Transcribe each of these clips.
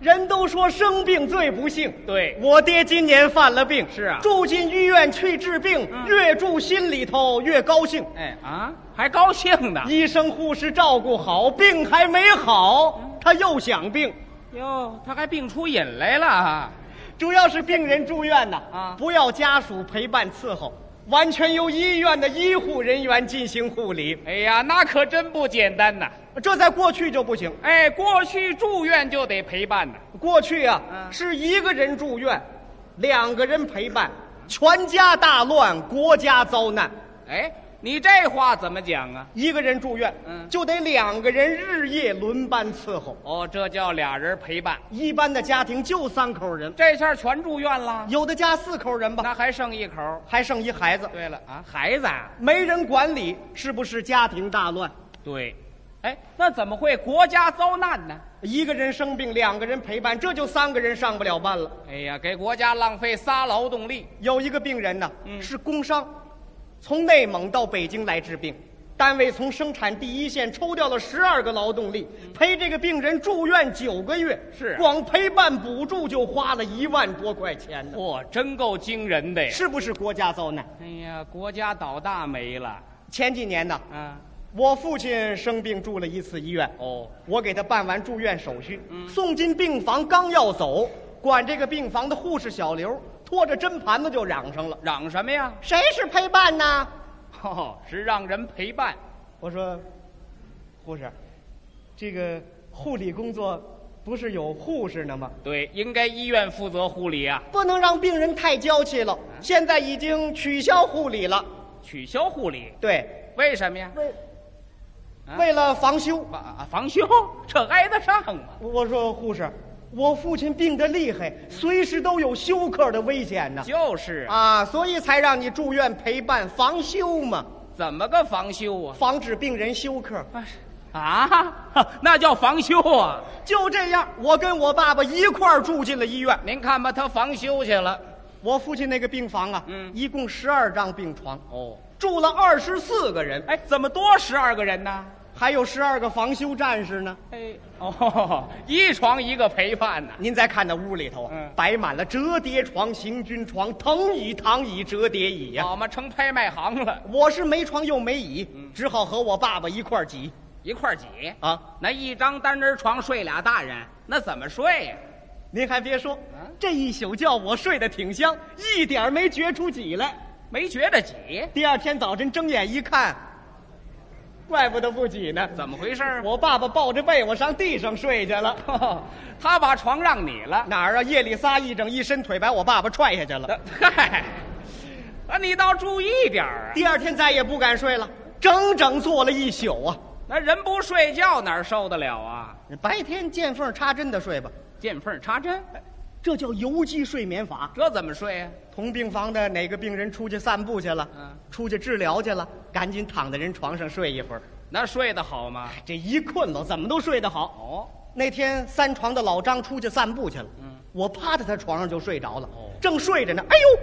人都说生病最不幸，对我爹今年犯了病，是啊住进医院去治病，嗯越住心里头越高兴。哎啊，还高兴呢。医生护士照顾好，病还没好，嗯他又想病。哟，他还病出瘾来了啊！主要是病人住院呐，啊不要家属陪伴伺候，完全由医院的医护人员进行护理，哎呀，那可真不简单呐！这在过去就不行。哎，过去住院就得陪伴呐。过去啊，嗯是一个人住院，两个人陪伴，全家大乱，国家遭难。哎，你这话怎么讲啊？一个人住院，嗯就得两个人日夜轮班伺候。哦，这叫俩人陪伴。一般的家庭就三口人，这下全住院了，有的家四口人吧，那还剩一口。还剩一孩子，对了啊，孩子啊，没人管理，是不是家庭大乱？对，哎，那怎么会国家遭难呢？一个人生病，两个人陪伴，这就三个人上不了班了。哎呀，给国家浪费仨劳动力。有一个病人呢，嗯是工伤，从内蒙到北京来治病，单位从生产第一线抽调了十二个劳动力，陪这个病人住院九个月，嗯是啊光陪伴补助就花了一万多块钱呢，嚯、真够惊人的呀！是不是国家遭难？哎呀，国家倒大霉了前几年呢，啊！我父亲生病住了一次医院，哦，我给他办完住院手续，送进病房，刚要走，管这个病房的护士小刘拖着针盘子就嚷上了嚷什么呀：“？谁是陪伴呢哦，是让人陪伴。？”我说：“护士，这个护理工作不是有护士呢吗？对，应该医院负责护理啊，不能让病人太娇气了。现在已经取消护理了，取消护理，对，为什么呀？为、啊为了防休。防啊防休， 这挨得上吗？我说护士，我父亲病得厉害，随时都有休克的危险呢。”就是啊，啊，所以才让你住院陪伴防休嘛，怎么个防休啊？防止病人休克。啊， 那叫防休啊！就这样，我跟我爸爸一块儿住进了医院。您看吧，他防休去了。我父亲那个病房啊，嗯一共十二张病床，哦，住了二十四个人，哎，怎么多十二个人呢？还有十二个防休战士呢。哎，哦， 一床一个陪伴呢、您再看那屋里头啊，嗯摆满了折叠床、行军床、藤椅、躺椅、折叠椅呀、好嘛，成拍卖行了，我是没床又没椅，嗯只好和我爸爸一块儿挤一块儿挤。啊。那一张单人床睡俩大人，那怎么睡呀、您还别说，这一宿觉我睡得挺香，一点儿没觉出挤来。没觉着挤，第二天早晨睁眼一看，怪不得不挤呢。怎么回事儿？我爸爸抱着被，我上地上睡去了。 他把床让你了。 哪儿啊？夜里仨一整，一伸腿把我爸爸踹下去了。嗨，啊，你倒注意点儿啊！第二天再也不敢睡了，整整坐了一宿啊。那人不睡觉哪儿受得了啊？白天见缝插针的睡吧，见缝儿插针，这叫游击睡眠法。这怎么睡呀、啊同病房的哪个病人出去散步去了，嗯出去治疗去了，赶紧躺在人床上睡一会儿。那睡得好吗？这一困了，怎么都睡得好。哦，那天三床的老张出去散步去了，嗯我趴在他床上就睡着了，哦嗯正睡着呢，哎呦，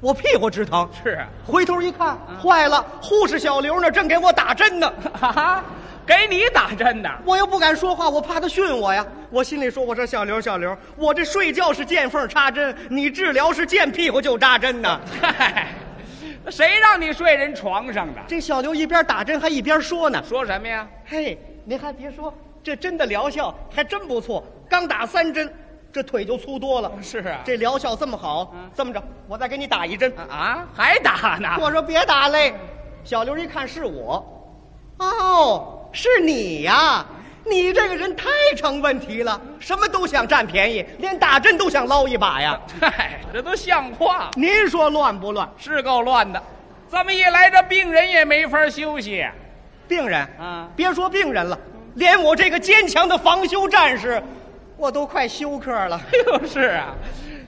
我屁股直疼，是啊，回头一看，坏了，护士小刘呢正给我打针 呢，哈哈，啊给你打针呢。 我又不敢说话，我怕他训我呀，我心里说，我说小刘小刘，我这睡觉是见缝插针，你治疗是见屁股就扎针 呢。嗨，谁让你睡人床上的？这小刘一边打针还一边说呢，说什么呀？嘿，您还别说，这针的疗效还真不错，刚打三针，这腿就粗多了。是啊这疗效这么好，嗯这么着，我再给你打一针。啊，还打呢？ 我说别打嘞，小刘一看是我，哦，是你呀、你这个人太成问题了，什么都想占便宜，连打针都想捞一把呀。嗨，这都像话，您说乱不乱？是够乱的。这么一来，这病人也没法休息。病人啊别说病人了，连我这个坚强的防修战士，我都快休克了。 就是啊，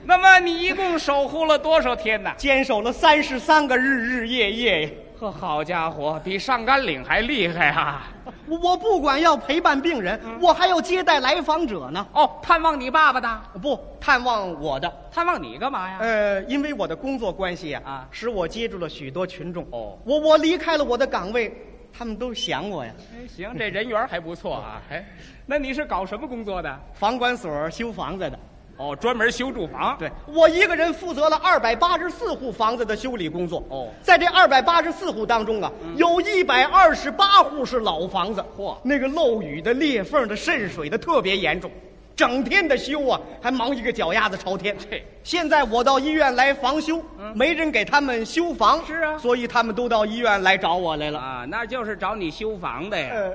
那么你一共守护了多少天呢？坚守了三十三个日日夜夜呀！呵，好家伙，比上甘岭还厉害啊！我我不管要陪伴病人，我还要接待来访者呢。哦，探望你爸爸的，不探望我的，探望你干嘛呀？呃，因为我的工作关系啊，啊使我接触了许多群众。哦我我离开了我的岗位，他们都想我呀。哎，行，这人缘还不错啊。哎，那你是搞什么工作的？房管所修房子的，哦，专门修住房。对我一个人负责了二百八十四户房子的修理工作。哦嗯在这二百八十四户当中啊，有一百二十八户是老房子，嚯那个漏雨的、裂缝的、渗水的特别严重，整天的修啊，还忙一个脚丫子朝天嘿。嗯现在我到医院来防修，没人给他们修房，是啊所以他们都到医院来找我来了。啊，那就是找你修房的呀。呃，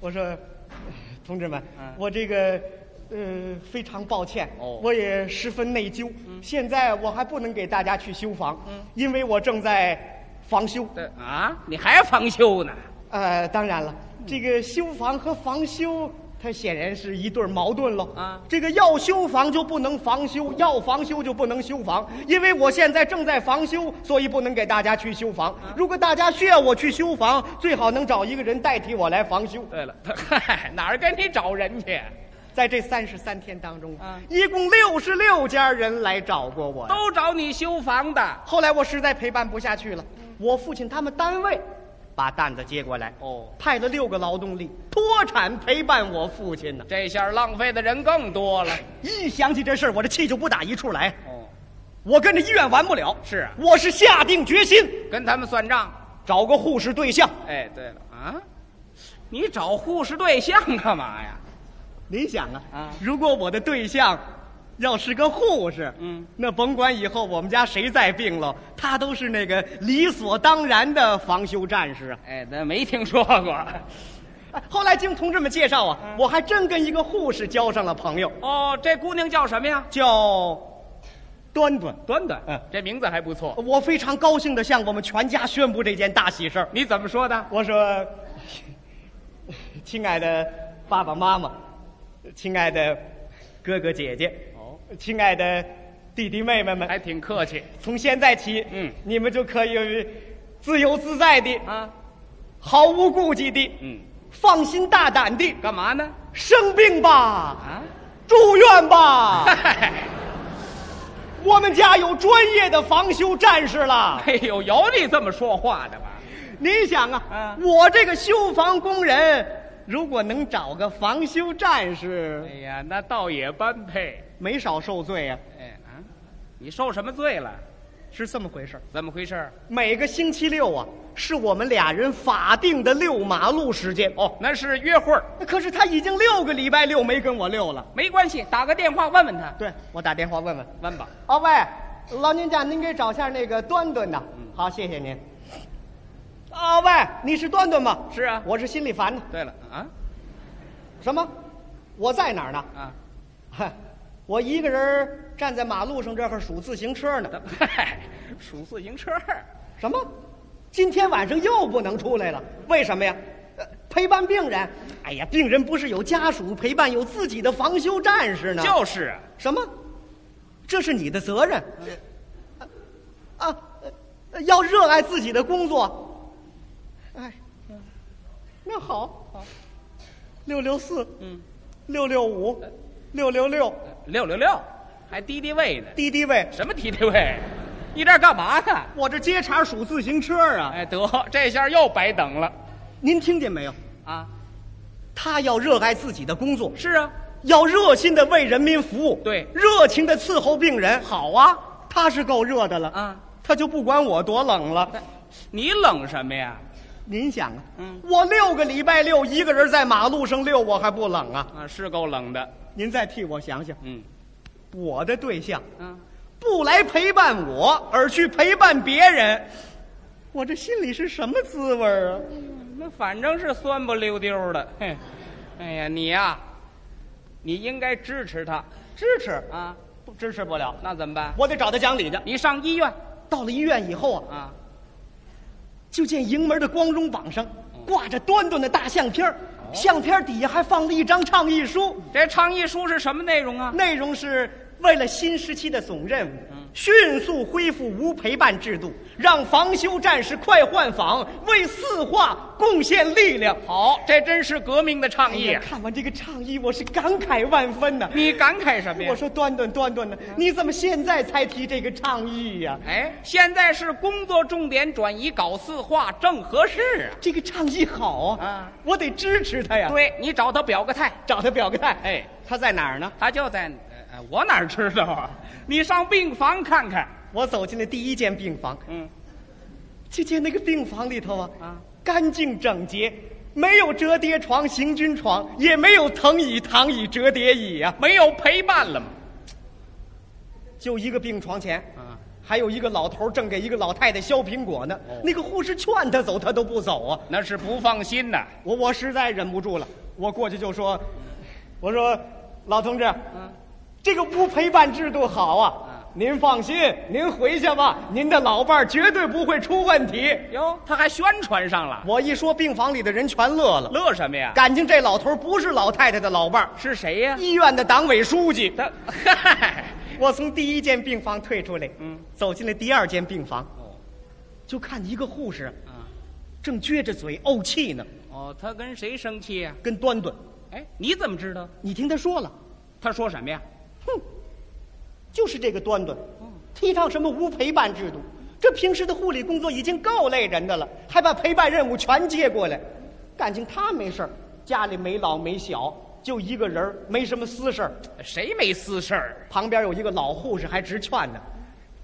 我说，同志们，嗯我这个呃非常抱歉，哦嗯我也十分内疚。现在我还不能给大家去修房，因为我正在防修。对啊，你还防修呢？呃，当然了，嗯这个修房和防修。它显然是一对儿矛盾喽啊这个要修房就不能防修，要防修就不能修房，因为我现在正在防修，所以不能给大家去修房。啊如果大家需要我去修房，最好能找一个人代替我来防修。对了， 嗨，哪儿跟你找人去？在这三十三天当中，啊一共六十六家人来找过我。都找你修房的。后来我实在陪伴不下去了，我父亲他们单位把担子接过来，哦派了六个劳动力脱产陪伴我父亲呢。这下浪费的人更多了。一想起这事儿，我这气就不打一处来。哦，我跟着医院完不了，是啊我是下定决心跟他们算账。找个护士对象。哎，对了啊，你找护士对象干嘛呀？你想啊，啊如果我的对象要是个护士，嗯，那甭管以后我们家谁再病了，他都是那个理所当然的防修战士啊。哎，那没听说过。哎后来经同志们介绍啊，嗯我还真跟一个护士交上了朋友，哦，这姑娘叫什么呀？叫端端。端端，嗯这名字还不错。我非常高兴地向我们全家宣布这件大喜事儿。你怎么说的？我说：“亲爱的爸爸妈妈，亲爱的哥哥姐姐，哦，亲爱的弟弟妹妹们，还挺客气从现在起，嗯你们就可以自由自在地、啊。毫无顾忌地、嗯，放心大胆地干嘛呢？生病吧，啊？ 住院吧。嗨，我们家有专业的防修战士 了。哎呦，有你这么说话的吗？你想啊，啊我这个修房工人，如果能找个防修战士哎，呀，那倒也般配。没少受罪呀、哎啊，你受什么罪了？是这么回事儿怎么回事？每个星期六啊，是我们俩人法定的遛马路时间哦。那是约会儿，可是他已经六个礼拜六没跟我遛了。没关系，打个电话问问他。对，我打电话问问。问吧。哦喂，老年家，您给找下那个端端呐。好，谢谢您。啊、喂，你是端端吗？是啊我是心里烦呢。对了啊什么？我在哪儿呢？啊， 嗨，我一个人儿站在马路上这儿数自行车呢。嗨，数自行车儿。什么？今天晚上又不能出来了？为什么呀？呃陪伴病人。哎呀，病人不是有家属陪伴，有自己的防修战士呢。就是啊，什么？这是你的责任。啊，呃呃要热爱自己的工作。哎，那好，六六四，嗯，六六五，六六六，六六六，还敌敌畏呢？敌敌畏。什么敌敌畏？你这儿干嘛呢？我这接茬数自行车啊！哎，得，这下又白等了您听见没有？啊！他要热爱自己的工作，是啊，要热心的为人民服务，对热情的伺候病人。好啊，他是够热的了啊！他就不管我多冷了。你冷什么呀？您想啊，嗯我六个礼拜六一个人在马路上溜，我还不冷啊？啊，是够冷的。您再替我想想，嗯我的对象啊，不来陪伴我，而去陪伴别人，我这心里是什么滋味儿啊？那反正是酸不溜丢的。嘿，哎呀，你呀、你应该支持他支持啊。不支持不了，那怎么办？我得找他讲理去。你上医院到了医院以后啊，啊。就见营门的光荣榜上嗯挂着端端的大相片儿哦相片底下还放了一张倡议书，这倡议书是什么内容啊？内容是为了新时期的总任务嗯，迅速恢复无陪伴制度，让防修战士快换防，为四化贡献力量。好，这真是革命的倡哎议呀，啊！看完这个倡议，我是感慨万分呐、你感慨什哎么呀嗯我？说端端端端呢，你怎么现在才提这个倡议呀、哎，现在是工作重点转移搞四化，正合适啊！这个倡议好啊，啊我得支持他呀。，对你找他表个态，找他表个态。哎，他在哪儿呢？他就在，呃呃我哪知道啊？ 你上病房看看。我走进了第一间病房，嗯，就见那个病房里头啊，啊干净整洁，没有折叠床、行军床，也没有藤椅、躺椅、折叠椅啊呀、没有陪伴了吗？就一个病床前。啊，还有一个老头儿正给一个老太太削苹果呢，哦那个护士劝他走，他都不走啊。那是不放心呐。我我实在忍不住了，我过去就说：“我说，老同志，嗯，这个无陪伴制度好啊，您放心，您回去吧，您的老伴儿绝对不会出问题。哟，他还宣传上”了，我一说，病房里的人全乐了，乐什么呀？感情这老头儿不是老太太的老伴儿，是谁呀？医院的党委书记。他，嗨， 我从第一间病房退出来，嗯走进了第二间病房，哦，就看一个护士啊，正撅着嘴怄气呢，哦，他跟谁生气呀、跟端端，哎，你怎么知道？你听他说了。他说什么呀？哼，就是这个端端，提倡什么无陪伴制度，这平时的护理工作已经够累人的了，还把陪伴任务全接过来，感情他没事儿，家里没老没小，就一个人儿，没什么私事儿。谁没私事儿？啊旁边有一个老护士还直劝呢，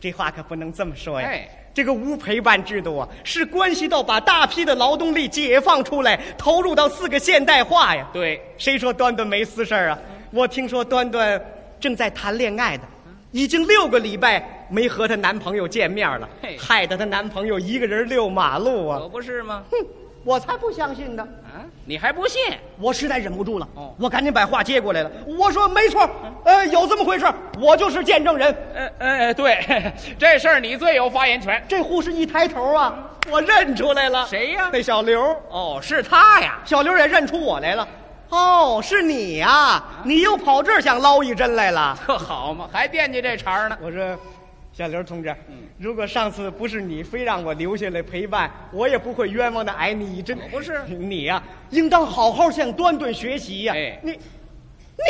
这话可不能这么说呀。哎这个无陪伴制度啊，是关系到把大批的劳动力解放出来，投入到四个现代化呀。对，谁说端端没私事儿啊？我听说端端正在谈恋爱的，已经六个礼拜没和她男朋友见面了嘿，哦害得她男朋友一个人溜马路啊可！不是吗？哼，我才不相信呢！啊，你还不信？我实在忍不住了哦，我赶紧把话接过来了。我说没错，呃，有这么回事儿，我就是见证人。呃呃，对， 这事儿你最有发言权。这护士一抬头啊，我认出来了，谁呀那小刘，哦，是他呀。小刘也认出我来了。哦，是你呀、你又跑这儿想捞一针来了。这好嘛，还惦记这茬儿呢。我说，小刘同志，嗯如果上次不是你非让我留下来陪伴，我也不会冤枉的挨你一针。不是你呀、应当好好向端端学习呀、哎你，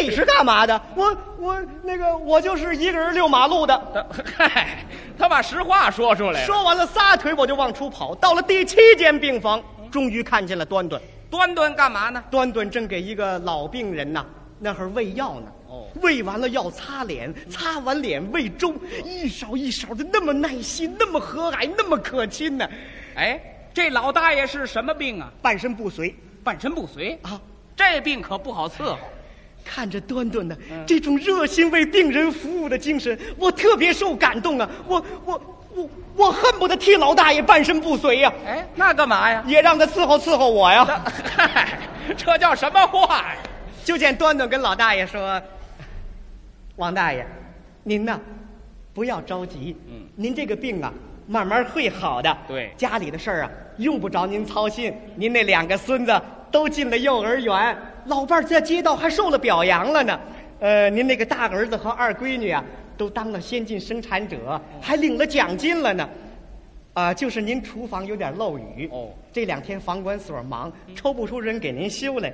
你是干嘛的？我我那个我就是一个人溜马路的。他嗨，他把实话说出来了。说完了，撒腿我就往出跑。到了第七间病房，嗯终于看见了端端。端端干嘛呢？端端正给一个老病人呐、那会儿喂药呢。哦喂完了药擦脸，擦完脸喂粥，一勺一勺的，那么耐心，那么和蔼，那么可亲呢、哎，这老大爷是什么病啊？半身不遂半身不遂。啊！这病可不好伺候。看着端端呢，这种热心为病人服务的精神，我特别受感动啊！我我我我恨不得替老大爷半身不遂呀、哎，那干嘛呀？也让他伺候伺候我呀！ 那嗨，这叫什么话呀？就见端端跟老大爷说：“王大爷，您呐，不要着急，嗯您这个病啊，慢慢会好的。对家里的事儿啊，用不着您操心。您那两个孙子都进了幼儿园，老伴儿在街道还受了表扬了呢。呃，您那个大儿子和二闺女啊，都当了先进生产哦者，还领了奖金了呢。”啊，就是您厨房有点漏雨哦这两天房管所忙，抽不出人给您修来。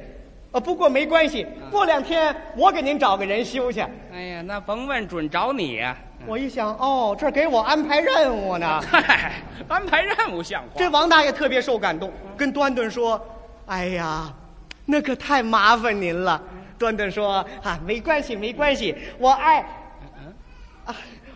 呃，不过没关系，过两天我给您找个人修去。哎呀，那甭问，准找你呀、我一想，哦，这儿给我安排任务呢。嗯嗨，安排任务像话。这王大爷特别受感动，跟端端说：“哎呀，那可太麻烦您了。”端端说：“啊，没关系，没关系，我爱，啊，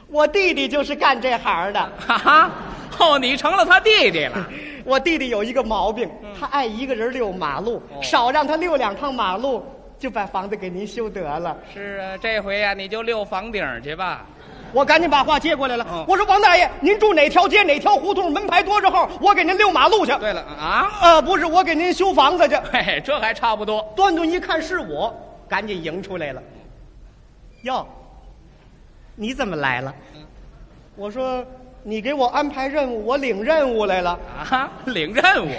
我弟弟就是干这行的。”哈啊哈，哦，你成了他弟弟了。 我弟弟有一个毛病，他爱一个人溜马路，嗯哦少让他溜两趟马路，就把房子给您修得了。是啊，这回呀、你就溜房顶儿去吧。我赶紧把话接过来了，哦我说王大爷，您住哪条街哪条胡同，门牌多少号？我给您溜马路去。对了啊，呃，不是，我给您修房子去。嘿、嘿，这还差不多。端端一看是我，赶紧迎出来了。哟，你怎么来了？嗯我说你给我安排任务，我领任务来了。啊，领任务。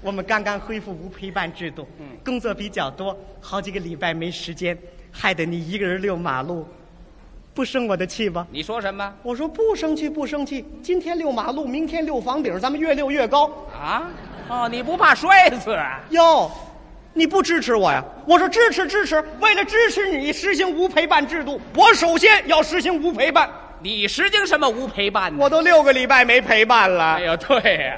我们刚刚恢复无陪伴制度，嗯工作比较多，好几个礼拜没时间，害得你一个人溜马路。不生我的气吧？你说什么我说不生气，不生气。今天遛马路，明天遛房顶，咱们越遛越高。啊？哦，你不怕摔死啊？哟，你不支持我呀？我说支持支持。为了支持你实行无陪伴制度，我首先要实行无陪伴。你实行什么无陪伴呢？我都六个礼拜没陪伴了哎。呦，对呀、